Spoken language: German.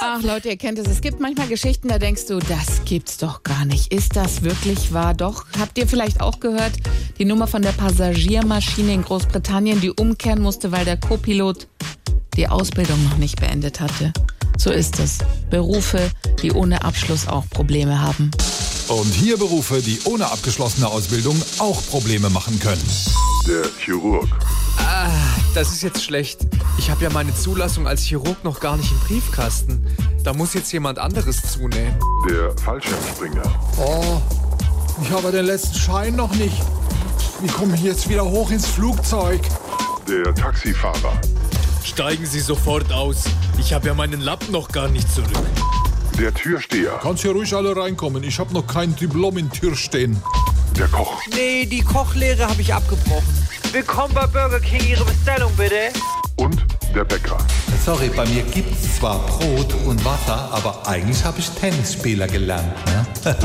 Ach Leute, ihr kennt es. Es gibt manchmal Geschichten, da denkst du, das gibt's doch gar nicht. Ist das wirklich wahr? Doch, habt ihr vielleicht auch gehört, die Nummer von der Passagiermaschine in Großbritannien, die umkehren musste, weil der Copilot die Ausbildung noch nicht beendet hatte. So ist es. Berufe, die ohne Abschluss auch Probleme haben. Und hier Berufe, die ohne abgeschlossene Ausbildung auch Probleme machen können. Der Chirurg. Das ist jetzt schlecht. Ich habe ja meine Zulassung als Chirurg noch gar nicht im Briefkasten. Da muss jetzt jemand anderes zunähen. Der Fallschirmspringer. Oh, ich habe den letzten Schein noch nicht. Wie komme ich jetzt wieder hoch ins Flugzeug? Der Taxifahrer. Steigen Sie sofort aus. Ich habe ja meinen Lappen noch gar nicht zurück. Der Türsteher. Kannst hier ruhig alle reinkommen. Ich habe noch kein Diplom in Tür stehen. Der Koch. Nee, die Kochlehre habe ich abgebrochen. Willkommen bei Burger King, Ihre Bestellung bitte. Und der Bäcker. Sorry, bei mir gibt's zwar Brot und Wasser, aber eigentlich habe ich Tennisspieler gelernt. Ne?